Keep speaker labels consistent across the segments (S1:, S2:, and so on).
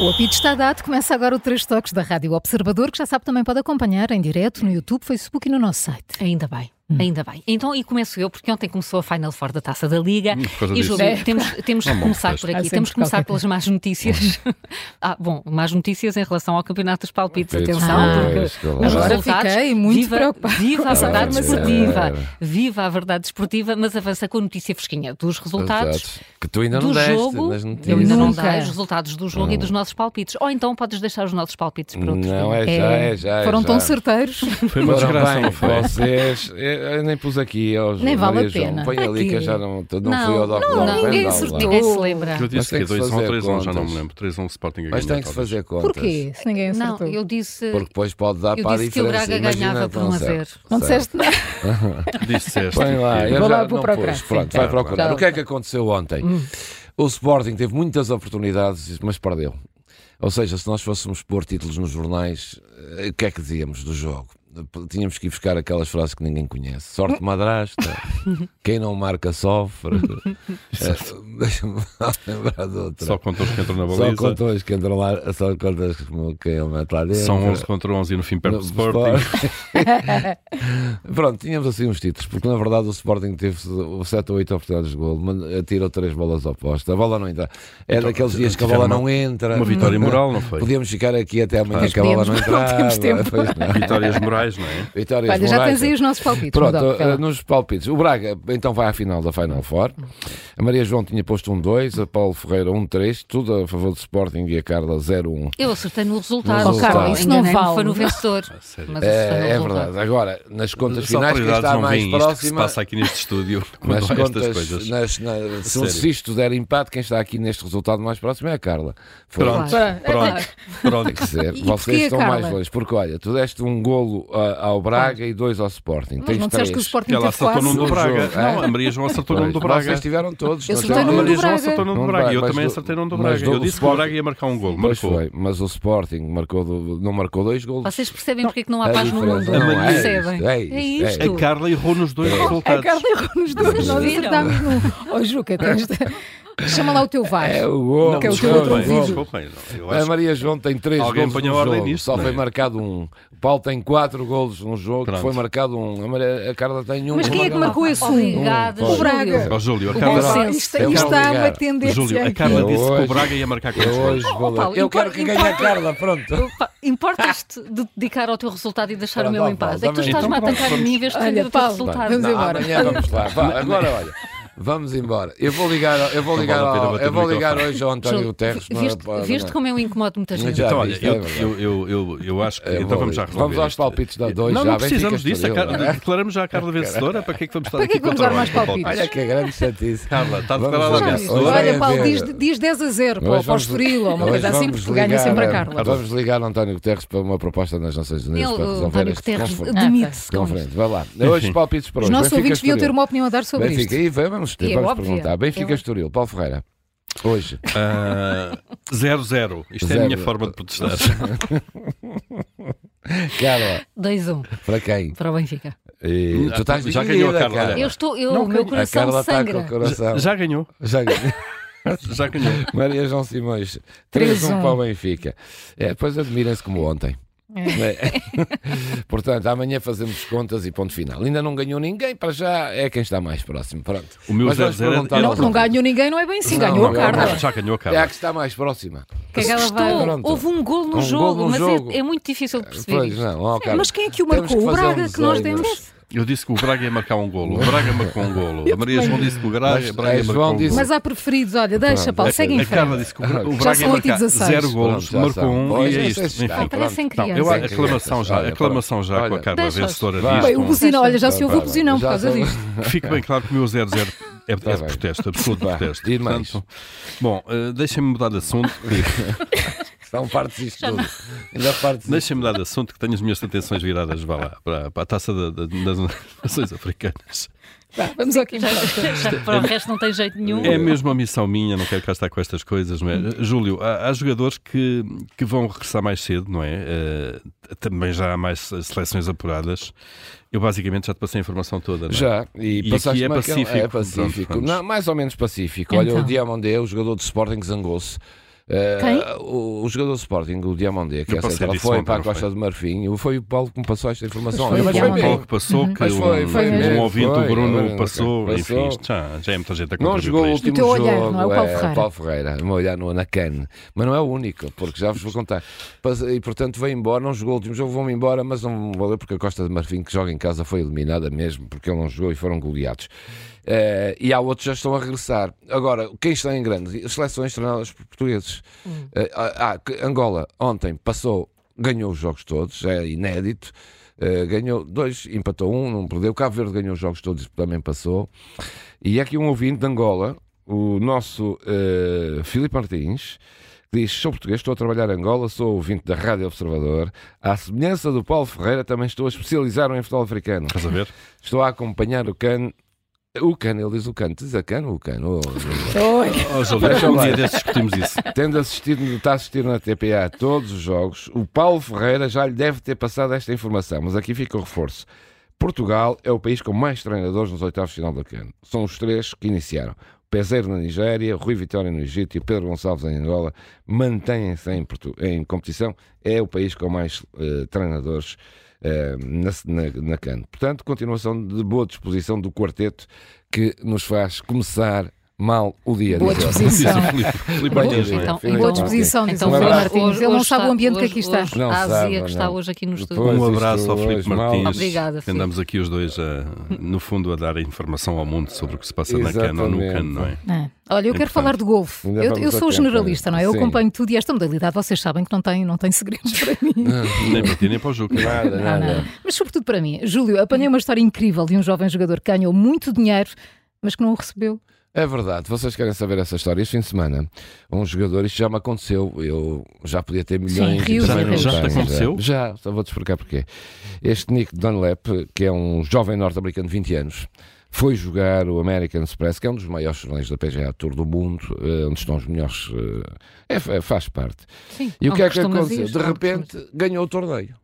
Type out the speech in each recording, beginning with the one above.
S1: O apito está dado. Começa agora o Três Toques da Rádio Observador, que já sabe também pode acompanhar em direto no YouTube, Facebook e no nosso site.
S2: Ainda bem.
S3: Hum.
S2: Ainda bem. Então, e começo eu, porque ontem começou a Final Four da Taça da Liga.
S4: Hum, por causa
S2: e
S4: disso.
S2: Júlio,
S4: É.
S2: temos, temos
S4: Não Hum.
S2: que
S4: me
S2: começar
S4: fez.
S2: por
S4: Há
S2: aqui.
S3: sempre
S2: Temos que começar
S3: qualquer
S2: pelas más notícias. ah, bom, más notícias em relação ao Campeonato dos Palpites.
S4: Palpites, Ah.
S2: Atenção,
S4: pois,
S2: porque
S4: claro.
S2: os
S4: Agora
S2: resultados-
S3: fiquei muito
S2: viva,
S3: preocupada
S2: Viva a
S3: essa
S2: verdade
S4: informação.
S2: desportiva.
S4: Era.
S2: Viva a verdade desportiva, mas avança com a notícia fresquinha dos resultados.
S4: Que tu ainda não
S2: do
S4: deste
S2: jogo,
S4: nas notícias.
S2: eu ainda não
S3: Nunca.
S2: dei os resultados do jogo e dos nossos palpites. Ou então podes deixar os nossos palpites para outro
S4: Não,
S2: dia.
S4: é já, é já. é
S1: Foram
S4: já.
S1: tão certeiros.
S3: Foi
S4: Ora bem, Vocês, eu, eu nem pus aqui. ó, João,
S1: Nem vale
S4: Maria
S1: a pena.
S4: João, Põe ali que eu já não, não, não fui ao Doc
S2: não,
S4: Doc,
S2: não,
S4: vem
S2: ninguém
S4: lá.
S2: se-
S1: acertou.
S2: ninguém se lembra.
S5: Eu
S4: Mas
S5: disse
S4: tem
S5: que um,
S4: que se
S5: 2 ou
S4: fazer
S5: 3 1 já não
S4: contas.
S5: me lembro. 3 1 Sporting a
S4: Mas
S5: ganhar,
S4: tem que se
S5: talvez.
S4: fazer contas.
S1: Porquê? Se ninguém
S2: Não,
S1: acertou.
S2: eu disse.
S4: Porque depois pode dar
S2: Eu
S4: para a
S2: disse que o
S4: diferença.
S2: Braga
S4: Imagina,
S2: ganhava por um a
S4: então,
S2: zero.
S4: certo,
S3: Não disseste
S4: certo.
S3: nada.
S5: Disseste.
S4: Põe lá,
S5: que-
S4: eu
S3: Vou
S4: já
S3: lá, vou
S4: não
S3: procurar,
S4: pus.
S3: sim.
S4: Pronto, vai procurar.
S2: Já
S4: O que é que aconteceu ontem? O Sporting teve muitas oportunidades, mas perdeu. Ou seja, se nós fôssemos pôr títulos nos jornais, eh, o que é que dizíamos do jogo? Tínhamos que ir buscar aquelas frases que ninguém conhece. Sorte madrasta, quem não marca sofre. Eh, Deixa-me lembrar de outra.
S5: Só contra os que entram na
S4: Só
S5: baliza.
S4: contam os que entram lá, só contam os que quem ele mete lá dentro.
S5: São 11 contra 11 e no fim perde o
S4: No-
S5: Sporting.
S4: Sporting. Pronto, tínhamos assim uns títulos, porque na verdade o Sporting teve 7 ou 8 oportunidades de gol, mas atirou 3 bolas opostas, a bola não entra. É daqueles dias que a bola
S5: tiveram
S4: não entra.
S5: Então,
S4: Uhum.
S5: Uma vitória moral, não foi?
S4: Podíamos ficar aqui até amanhã
S5: Claro.
S4: que a bola não
S3: Podíamos, mas
S4: entrava.
S3: não temos tempo.
S4: Pois não.
S5: Vitórias morais, não é?
S4: Vitórias
S1: Olha, já
S4: morais.
S1: tens aí os nossos palpites.
S4: Pronto,
S1: Rodolfo, vai lá.
S4: eh, nos palpites. O Braga então vai à final da Final Four. A Maria João tinha posto um 2, a Paulo Ferreira um 3, tudo a favor do Sporting e a Carla 0-1.
S2: Eu acertei no resultado.
S4: No resultado. Oh, Carla,
S1: isso não
S2: Enganei-me,
S1: vale.
S2: Foi no vencedor. Mas acertei
S5: sério.
S2: no
S4: É, é
S2: resultado.
S4: verdade. Agora, nas contas
S5: As
S4: finais, quem
S5: autoridades
S4: está
S5: não
S4: mais
S5: veem isto que se
S4: próxima.
S5: passa aqui neste estúdio quando
S4: Nas
S5: há estas
S4: contas, né?
S5: coisas.
S4: nas, na, se,
S5: Sério.
S4: se isto der empate, quem está aqui neste resultado mais próximo é a Carla. Foi
S5: Pronto,
S3: Claro.
S5: pronto,
S4: Quer
S5: pronto.
S4: dizer,
S1: E porquê
S4: vocês
S1: a
S4: estão
S1: Carla?
S4: mais longe, porque olha, tu deste um golo ah, ao Braga e dois ao Sporting.
S1: Mas
S4: Tens
S1: não
S4: três.
S1: disseste que o Sporting
S5: Ela
S1: teve
S5: acertou o
S1: quase.
S5: nome do
S4: No
S5: Braga.
S4: jogo,
S5: Não,
S4: é?
S5: a Maria João acertou o nome um do
S4: Pois,
S5: Braga.
S4: Vocês tiveram todos.
S1: Eu
S4: não
S1: acertei
S4: temos- um.
S1: o nome do
S5: Maria João
S1: Braga.
S5: acertou o nome
S4: Não
S5: do Braga.
S4: vai,
S5: Eu
S4: mas
S5: também
S4: do-
S5: acertei o nome do
S4: mas
S5: Braga.
S4: do
S5: Eu disse que o
S4: Sporting-
S5: Braga ia marcar um gol.
S4: Pois
S5: Marcou.
S4: foi, mas o Sporting marcou, do- não marcou dois golos.
S2: Vocês percebem porque é que não há
S4: A
S2: paz no mundo?
S4: diferença-
S5: não, é isto,
S2: percebem?
S4: é isto, é
S2: isto.
S4: isto.
S5: A Carla errou nos dois
S3: A
S5: resultados.
S3: Carla errou nos dois.
S2: Vocês
S3: Nós
S2: viram?
S3: acertámos num. Ó, Juca, tens de...
S1: Chama lá o teu VAR.
S4: É o golo.
S5: Não,
S3: que é o teu
S4: foi,
S3: outro
S4: foi.
S5: desculpem,
S3: ouvido.
S5: desculpem. não, Eu
S4: A
S5: acho
S4: Maria João tem três
S5: Alguém
S4: golos
S5: ponha
S4: no
S5: ordem
S4: jogo.
S5: nisto,
S4: Só
S5: não é?
S4: foi marcado um. O Paulo tem quatro golos no jogo.
S5: Pronto.
S4: Foi marcado um. A, Maria- a Carla tem um.
S3: Mas quem é que
S4: Marcou-
S3: marcou esse um?
S2: Obrigada,
S4: O
S3: Braga.
S2: Júlio.
S5: Ó, Júlio, a
S2: O
S5: Carla-
S2: bom
S3: Isto-
S2: senso.
S3: Isto,
S4: Eu
S3: isto
S4: quero
S3: há uma
S4: ligar.
S3: tendência.
S5: Júlio, a
S3: aqui.
S5: Carla
S4: Eu
S5: disse que o
S4: hoje-
S5: Braga ia marcar
S4: Eu
S5: quantos gols?
S4: hoje vou
S2: Oh,
S4: lá.
S2: Paulo,
S4: Eu quero
S2: importa-
S4: que ganhe a Carla, pronto.
S2: Opa, Importas-te de dedicar ao teu resultado e deixar
S4: Ora,
S2: o meu
S4: vá,
S2: em paz?
S4: Paulo,
S2: É que tu
S4: também.
S2: estás-me a
S5: Então, pronto,
S2: atacar a mim em vez de
S3: Olha,
S2: defender o teu
S3: Paulo,
S2: resultado.
S3: vamos
S4: Não,
S3: embora.
S4: Amanhã vamos lá. Vá, agora, olha. Vamos embora. Eu vou ligar, eu vou
S5: Não
S4: ligar,
S5: vale a pena
S4: ao,
S5: bater
S4: eu
S5: no
S4: vou ligar
S5: microfone.
S4: hoje ao António
S2: Júlio,
S4: Guterres. mas-
S2: viste,
S4: pá,
S2: viste
S4: não.
S2: como eu incomodo muita
S4: Mas
S2: gente?
S4: já
S5: Então, olha,
S4: viste, é
S5: eu,
S4: verdade.
S5: eu, eu, eu, eu acho que.
S4: Eu
S5: então
S4: vou-
S5: vamos já resolver.
S4: vamos aos
S5: isto.
S4: palpites da dois,
S5: Não,
S4: já,
S5: não
S4: Benfica
S5: precisamos disso. A
S4: escolheu,
S5: Carla-
S4: não é?
S5: Declaramos já a Carla vencedora. Para que é que vamos estar
S1: Para que é que
S5: aqui com o
S1: vamos dar
S5: trabalho
S1: mais
S5: para palpites?
S1: palpites?
S4: Olha que grande chatice.
S5: Carla, está
S4: Vamos
S5: declarada
S4: lá.
S5: vencedora.
S4: Hoje
S1: Olha,
S4: é
S1: Paulo,
S4: ver.
S1: diz, diz 10 a 0 para o
S4: Hoje vamos-
S1: Estoril ou uma
S4: hoje
S1: coisa assim,
S4: vamos
S1: porque ganha
S4: ligar,
S1: sempre a
S4: eh,
S1: Carla.
S4: Vamos ligar ao António Guterres para uma proposta nas Nações Unidas para
S2: Ele,
S4: resolver
S2: António
S4: este
S2: Guterres,
S4: conflito.
S2: demite-se com isto.
S4: Conferente, vai lá. É Hoje, palpites para
S1: Os
S4: hoje.
S1: nossos
S4: Benfica,
S1: ouvintes deviam ter
S4: Estoril.
S1: uma opinião a dar sobre
S4: Benfica,
S1: isto.
S4: e vamos ter,
S1: É
S4: vamos
S1: óbvio.
S4: perguntar. Benfica,
S1: É
S4: Estoril, Paulo Ferreira. Hoje.
S5: Ah, 0-0. Isto é a
S4: Zero.
S5: minha forma de protestar.
S4: Carla,
S2: 2-1
S4: para quem?
S2: para o Benfica.
S4: E tu estás
S5: Já
S4: dividida,
S5: ganhou a Carla.
S4: Carla.
S2: Eu estou, eu,
S5: Não,
S2: o meu
S5: a
S4: É. A
S2: coração
S4: Carla está com o
S2: sangra.
S4: coração.
S5: Já ganhou.
S4: Já ganhou.
S5: Já ganhou.
S4: Maria João Simões,
S1: 3-1.
S4: 3-1 para o Benfica. É, depois admirem-se como ontem. É. Portanto, amanhã fazemos contas e ponto final. Ainda não ganhou ninguém, para já é quem está mais próximo. Pronto.
S5: O meu
S4: Mas vamos
S5: 0-0
S4: perguntar
S5: é- é-
S4: ao
S1: Não, não
S4: João.
S1: ganhou ninguém, não é bem assim.
S4: Não,
S1: Ganhou a
S4: não,
S1: Carla.
S5: Já ganhou a
S4: É a
S5: Carla.
S4: que está mais próxima.
S2: Que é que ela vai?
S4: Pronto.
S2: Houve um gol no
S4: Um
S2: jogo,
S4: golo no
S2: mas é-
S4: jogo.
S2: É, muito difícil de perceber.
S4: Pois
S2: isto.
S4: não, ó, Carla.
S1: Mas quem é que o
S4: Temos
S1: marcou? O
S4: fazer um
S1: Braga, que nós
S4: desenho.
S1: temos.
S5: Eu disse que o Braga ia marcar um golo. O Braga marcou um golo. A Maria João disse que o Braga,
S4: Mas,
S5: Braga
S4: eh,
S5: marcou
S4: João
S5: um
S4: disse-
S5: golo.
S1: Mas há preferidos, olha, deixa, Paulo,
S4: A-
S1: segue em
S5: A Carla
S1: frente.
S5: disse que o Bra- o
S4: Já
S5: Braga ia
S1: são oito e
S5: marcar
S1: 16.
S5: zero golos,
S4: Pronto, já
S5: marcou
S4: são.
S5: um
S4: Pois,
S5: e é
S4: já
S5: isto.
S4: sei se
S5: Enfim.
S4: está.
S2: Ah, parecem
S5: Não, eu,
S2: crianças.
S4: Olha,
S5: aclamação já,
S4: olha,
S5: aclamação já
S4: olha,
S5: com a Carla
S2: deixa-os.
S5: vencedora
S4: Vai.
S5: disto.
S1: Bem, o buzina, olha, já se ouviu o
S4: Pá,
S1: buzinão por
S4: já
S1: causa
S4: são-
S1: disto.
S5: Que Fique bem claro que o meu 0-0 é, é de
S4: bem.
S5: protesto, absoluto
S4: Vá,
S5: protesto.
S4: e mais?
S5: Portanto, bom, eh, deixem-me mudar de assunto.
S4: Então partes isto tudo. Ainda partes isto.
S5: Deixa-me dar de assunto que tenho as minhas atenções viradas vá lá, para, para a taça da- da- das Nações Africanas.
S3: Vá, vamos ao que
S2: Já-
S3: importa.
S2: já- já- Para o resto não tem jeito nenhum.
S5: É mesmo uma missão minha, não quero cá estar com estas coisas, não é? Júlio, há, há jogadores que, que vão regressar mais cedo, não é? Eh, também já há mais seleções apuradas. Eu basicamente já te passei a informação toda, não é?
S4: Já, e,
S5: E
S4: passaste
S5: aqui é
S4: uma- aquela-
S5: pacífico.
S4: É pacífico.
S5: Pronto, vamos.
S4: Não, mais ou menos pacífico. Olha,
S2: Então.
S4: o Diamandé, o jogador de Sporting, zangou-se. Eh, o, o jogador de Sporting, o Diamandé, que
S5: Eu
S4: é
S5: passei
S4: central,
S5: disso
S4: foi
S5: ontem,
S4: para a
S5: não foi?
S4: Costa de Marfim. Foi o Paulo que me passou esta informação.
S3: Mas foi
S4: Olha, mas
S3: o
S4: foi
S3: Paulo.
S5: Paulo
S4: mesmo. Uhum.
S5: que passou, que
S4: Mas foi,
S5: um,
S4: foi
S5: um
S4: mesmo,
S5: ouvinte,
S4: foi,
S5: o Bruno,
S4: foi,
S5: passou,
S4: ok,
S5: enfim,
S4: passou.
S5: isto já, já é muita gente a
S4: Não
S5: contribuir
S4: jogou
S5: para
S4: o
S5: isto.
S4: último
S3: teu
S4: jogo,
S3: olhar, não é? O Paulo
S4: é,
S3: Ferreira.
S4: Paulo Ferreira, o meu olhar no Anacan, mas não é o único, porque já vos vou contar. Pas- E portanto veio embora, não jogou o último jogo, vão embora, mas não valeu porque a Costa de Marfim, que joga em casa, foi eliminada mesmo, porque ele não jogou e foram goleados. Eh, e há outros que já estão a regressar. Agora, quem está em grande? As seleções treinadas por portugueses.
S3: Hum.
S4: Eh, ah, que Angola, ontem, passou, ganhou os jogos todos, é inédito. Eh, ganhou dois, empatou um, não perdeu. Cabo Verde ganhou os jogos todos, também passou. E há aqui um ouvinte de Angola, o nosso eh, Filipe Martins, que diz: Sou português, estou a trabalhar em Angola, sou ouvinte da Rádio Observador. À semelhança do Paulo Ferreira, também estou a especializar em futebol africano.
S5: Estás a ver?
S4: Estou a acompanhar o CAN. O CAN, ele diz o CAN, diz a CAN ou o CAN? Oh,
S3: Olha,
S5: Ó, Júlio,
S4: Deixa
S5: um
S4: lá.
S5: dia desses discutimos isso.
S4: Tendo assistido, está a assistir na TPA a todos os jogos, o Paulo Ferreira já lhe deve ter passado esta informação, mas aqui fica o reforço. Portugal é o país com mais treinadores nos oitavos de final da CAN. São os três que iniciaram. Peseiro na Nigéria, Rui Vitória no Egito e Pedro Gonçalves em Angola mantêm-se em, Portu- em competição. É o país com mais eh, treinadores eh, na, na, na CAN. Portanto, continuação de boa disposição do quarteto que nos faz começar mal o dia.
S3: boa
S4: diz ele.
S5: Isso,
S3: disposição.
S5: o Filipe, Filipe
S2: Boa
S5: Martins, não é?
S2: então,
S4: Filipe
S3: Boa
S4: Martins.
S3: disposição, diz
S2: Então
S3: o
S4: foi
S3: Filipe
S4: lá.
S3: Martins. Ele não
S2: hoje
S3: sabe o
S2: está-
S3: ambiente
S2: hoje-
S3: que aqui está.
S2: hoje
S4: Não
S2: a Azia
S4: sabe,
S2: que está
S4: não.
S2: hoje aqui no estúdio.
S4: Pois,
S5: Um abraço
S4: isto
S5: ao Filipe
S4: hoje mal-
S5: Martins.
S2: Obrigada, Filipe.
S5: Andamos aqui os dois, a, no fundo, a dar informação ao mundo sobre o que se passa na cana ou no
S4: Exatamente.
S5: cano, não é?
S3: Ah, Olha, eu quero
S5: Importante.
S3: falar de golfe.
S4: Ainda
S3: Eu,
S4: vamos
S3: eu
S4: ao
S3: sou
S4: tempo,
S3: generalista, não é? Eu
S4: sim.
S3: acompanho tudo e esta modalidade, vocês sabem que não tem, não tem segredos para mim.
S5: Nem para ti, nem para o Juca.
S4: Nada,
S3: Não,
S4: nada.
S3: não. Mas sobretudo para mim, Júlio, apanhei uma história incrível de um jovem jogador que ganhou muito dinheiro, mas que não o recebeu.
S4: É verdade, vocês querem saber essa história? Este fim de semana, um jogador, isto já me aconteceu, eu já podia ter milhões
S3: rios
S4: e também
S3: e
S4: não
S3: rios.
S5: Já te
S4: tenho,
S5: aconteceu?
S4: Já, já, só vou-te explicar porquê. Este Nick Dunlap, que é um jovem norte-americano de 20 anos, foi jogar o American Express, que é um dos maiores jornais da PGA Tour do mundo, eh, onde estão os melhores. eh, é- é- faz parte.
S2: Sim,
S4: E o
S2: onde
S4: que é que
S2: costumas
S4: aconteceu?
S2: ir,
S4: De
S2: onde
S4: repente ganhou o torneio.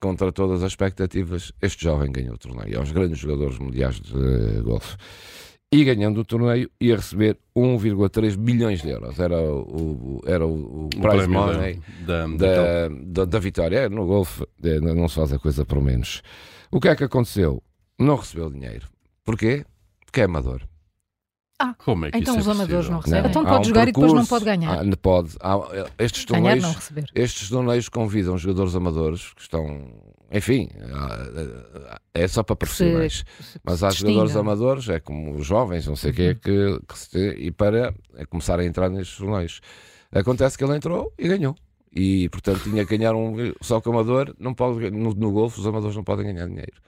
S4: Contra todas as expectativas, este jovem ganhou o torneio. É um dos grandes jogadores mundiais de golfe. E ganhando o torneio, ia receber 1,3 bilhões de euros. Era o, o- era o, o
S5: O
S4: prize
S5: prémio da-
S4: money
S5: da, daquele-
S4: Um da, da, da vitória. É, No golfe é, não não se faz a coisa por menos. O que é que aconteceu? Não recebeu dinheiro. Porquê? Porque é amador. né?
S5: Como é que
S2: Então os
S5: isso é
S2: amadores
S5: possível?
S2: não recebem.
S3: Então
S4: Há um
S3: pode jogar e depois não pode ganhar.
S4: Ah, não pode. Há- estes
S3: Ganhar,
S4: torneios
S3: não receber.
S4: estes torneios convidam jogadores amadores que estão, enfim, ah, ah, é só para profissionais.
S2: se- Uhum.
S4: Mas
S2: se
S4: há jogadores
S2: distinguem.
S4: amadores, é como os jovens, não sei o quê, que, que se- e para é começar a entrar nestes torneios. Acontece que ele entrou e ganhou. E, portanto, tinha que ganhar um. Só que o amador não pode. No, no golfe, os amadores não podem ganhar dinheiro.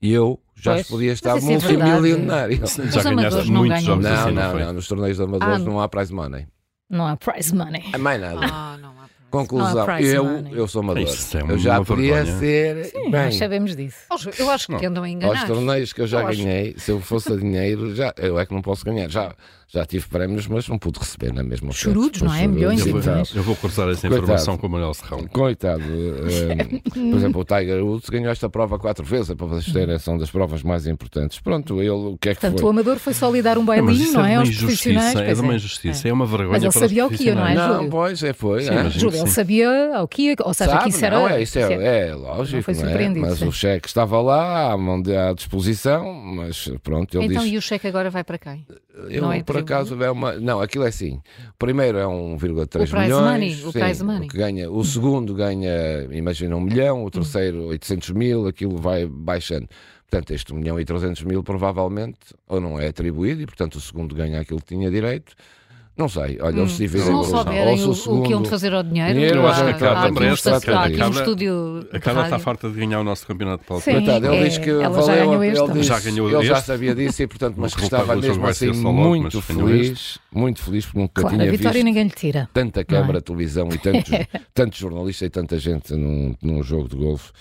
S4: E eu já
S2: Pois,
S4: podia estar
S2: isso é verdade.
S4: multimilionário.
S5: Já
S2: Os amadores
S5: ganhaste
S2: não
S5: muitos
S2: ganham.
S5: jogos
S4: Não,
S5: assim, não,
S4: não,
S5: foi?
S4: não. Nos torneios de amadores
S2: Ah,
S4: não há prize money.
S3: Não há prize money.
S4: É mais nada.
S2: Ah, não há problema.
S4: Conclusão,
S3: Não há prize
S4: eu,
S3: money.
S4: eu sou amador.
S5: Isso é uma
S4: eu já podia
S5: vergonha.
S4: ser.
S3: Nós
S4: bem,
S3: sabemos disso.
S2: Eles- Eu acho que andam a
S4: aos
S2: enganar.
S4: torneios que eu já
S2: Eu acho-
S4: ganhei, se eu fosse a dinheiro, já, eu é que não posso ganhar. Já, já tive prémios, mas não pude receber na mesma oferta.
S3: Chorudos, não é?
S4: Chorudos
S3: Milhões
S4: e
S5: Eu
S3: Sim,
S5: vou,
S4: tal.
S3: mas-
S5: eu vou cruzar essa
S4: Coitado.
S5: informação com o Manuel Serrão.
S4: Coitado, eh, por exemplo, o Tiger Woods ganhou esta prova quatro vezes, é para vocês terem, são das provas mais importantes. Pronto, ele, o que é que
S3: Portanto, o
S4: foi?
S3: amador foi só lhe dar um
S5: É, mas
S3: bailinho,
S5: isso
S3: não é?
S5: é de uma
S3: Aos profissionais.
S5: injustiça, é
S3: pois
S5: de
S3: é.
S5: uma injustiça, é uma vergonha.
S3: Mas ele
S5: para os
S3: sabia o que ia, não é?
S5: profissionais.
S4: Não,
S3: Júlio?
S4: pois, é, foi.
S5: Sim,
S4: é.
S5: mas-
S3: Júlio, ele sabia ao que ia, ou seja, que isso
S4: Sabe,
S3: era.
S4: não, é, isso é,
S3: isso é-
S4: é lógico,
S3: Não foi
S4: não é?
S3: surpreendido,
S4: mas
S3: sim.
S4: o cheque estava lá à, mão de- à disposição, mas pronto, ele
S2: Então,
S4: diz
S2: e o cheque agora vai para quem?
S4: Eu,
S2: Não é
S4: por
S2: tributo?
S4: acaso, é uma. Não, aquilo é assim. O primeiro é 1,3
S2: O prize
S4: milhões.
S2: money, o
S4: sim,
S2: prize money.
S4: Que ganha, o segundo ganha, imagina, um milhão. O terceiro, 800 mil. Aquilo vai baixando. Portanto, este 1 milhão e 300 mil provavelmente ou não é atribuído e, portanto, o segundo ganha aquilo que tinha direito. Não sei, olha, eles se
S2: Hum. Se
S4: dividem
S2: não
S4: eles são- ou
S2: souberem
S4: sou
S2: o, o
S4: segundo.
S2: que iam de fazer ao dinheiro,
S4: Dinheiro,
S2: há,
S4: acho que a Carla
S2: há aqui um,
S4: merece,
S2: esta-
S4: cara,
S2: há aqui um
S4: a
S5: Carla-
S2: estúdio.
S5: A tá
S2: de
S5: Carla está
S2: rádio.
S5: farta de ganhar o nosso campeonato de palco.
S3: Sim.
S4: Portanto, ele
S3: É,
S4: diz que
S3: ela já
S4: valeu,
S3: ganhou
S4: ele,
S3: este.
S4: diz-
S5: Já ganhou
S4: ele já
S5: este.
S4: sabia disso e, portanto, mas
S5: Não se
S4: estava
S5: preocupe, o jogo
S4: mesmo
S5: vai ser
S4: assim
S5: só logo,
S4: muito
S5: mas ganhou este.
S4: feliz, muito feliz, porque nunca
S3: Claro, a
S4: tinha
S3: vitória
S4: é
S3: é?
S4: visto
S3: ninguém lhe tira.
S4: tanta câmara, televisão e tantos, tantos jornalistas e tanta gente num, num jogo de golfe.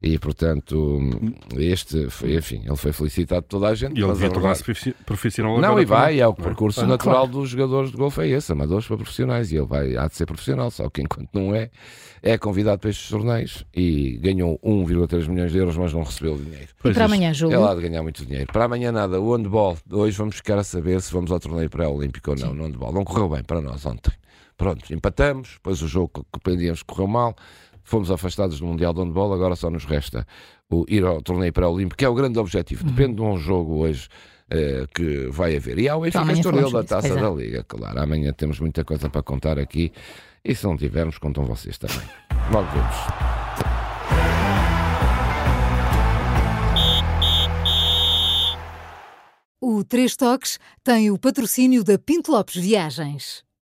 S4: E, portanto, este foi, enfim, ele foi felicitado por toda a gente.
S5: E ele
S4: mas
S5: devia
S4: a
S5: tornar-se
S4: verdade-
S5: profi- profissional
S4: Não,
S5: agora
S4: e vai,
S5: também.
S4: é o
S5: Não é?
S4: percurso natural dos jogadores de golfe, é esse, amadores para profissionais, e ele vai, há de ser profissional, só que enquanto não é, é convidado para estes jornais e ganhou 1,3 milhões de euros, mas não recebeu o dinheiro.
S3: E
S5: Pois
S3: para
S5: isso.
S3: amanhã,
S4: É
S3: Júlio.
S4: lá de ganhar muito dinheiro. Para amanhã nada, o handball, hoje vamos ficar a saber se vamos ao torneio pré-olímpico ou não, no handball. Não correu bem para nós ontem. Pronto, empatamos, depois o jogo que pendíamos correu mal, fomos afastados do Mundial de Handball, agora só nos resta o ir ao torneio pré-olímpico, que é o grande objetivo.
S3: Uhum.
S4: Depende de um jogo hoje eh, que vai haver. E há o Benfica
S3: Então, amanhã
S4: Estoril
S3: falamos
S4: da
S3: disso,
S4: Taça
S3: pois é.
S4: da Liga, claro. Amanhã temos muita coisa para contar aqui e se não tivermos, contam vocês também. Logo vemos.
S1: O Três Toques tem o patrocínio da Pinto Lopes Viagens.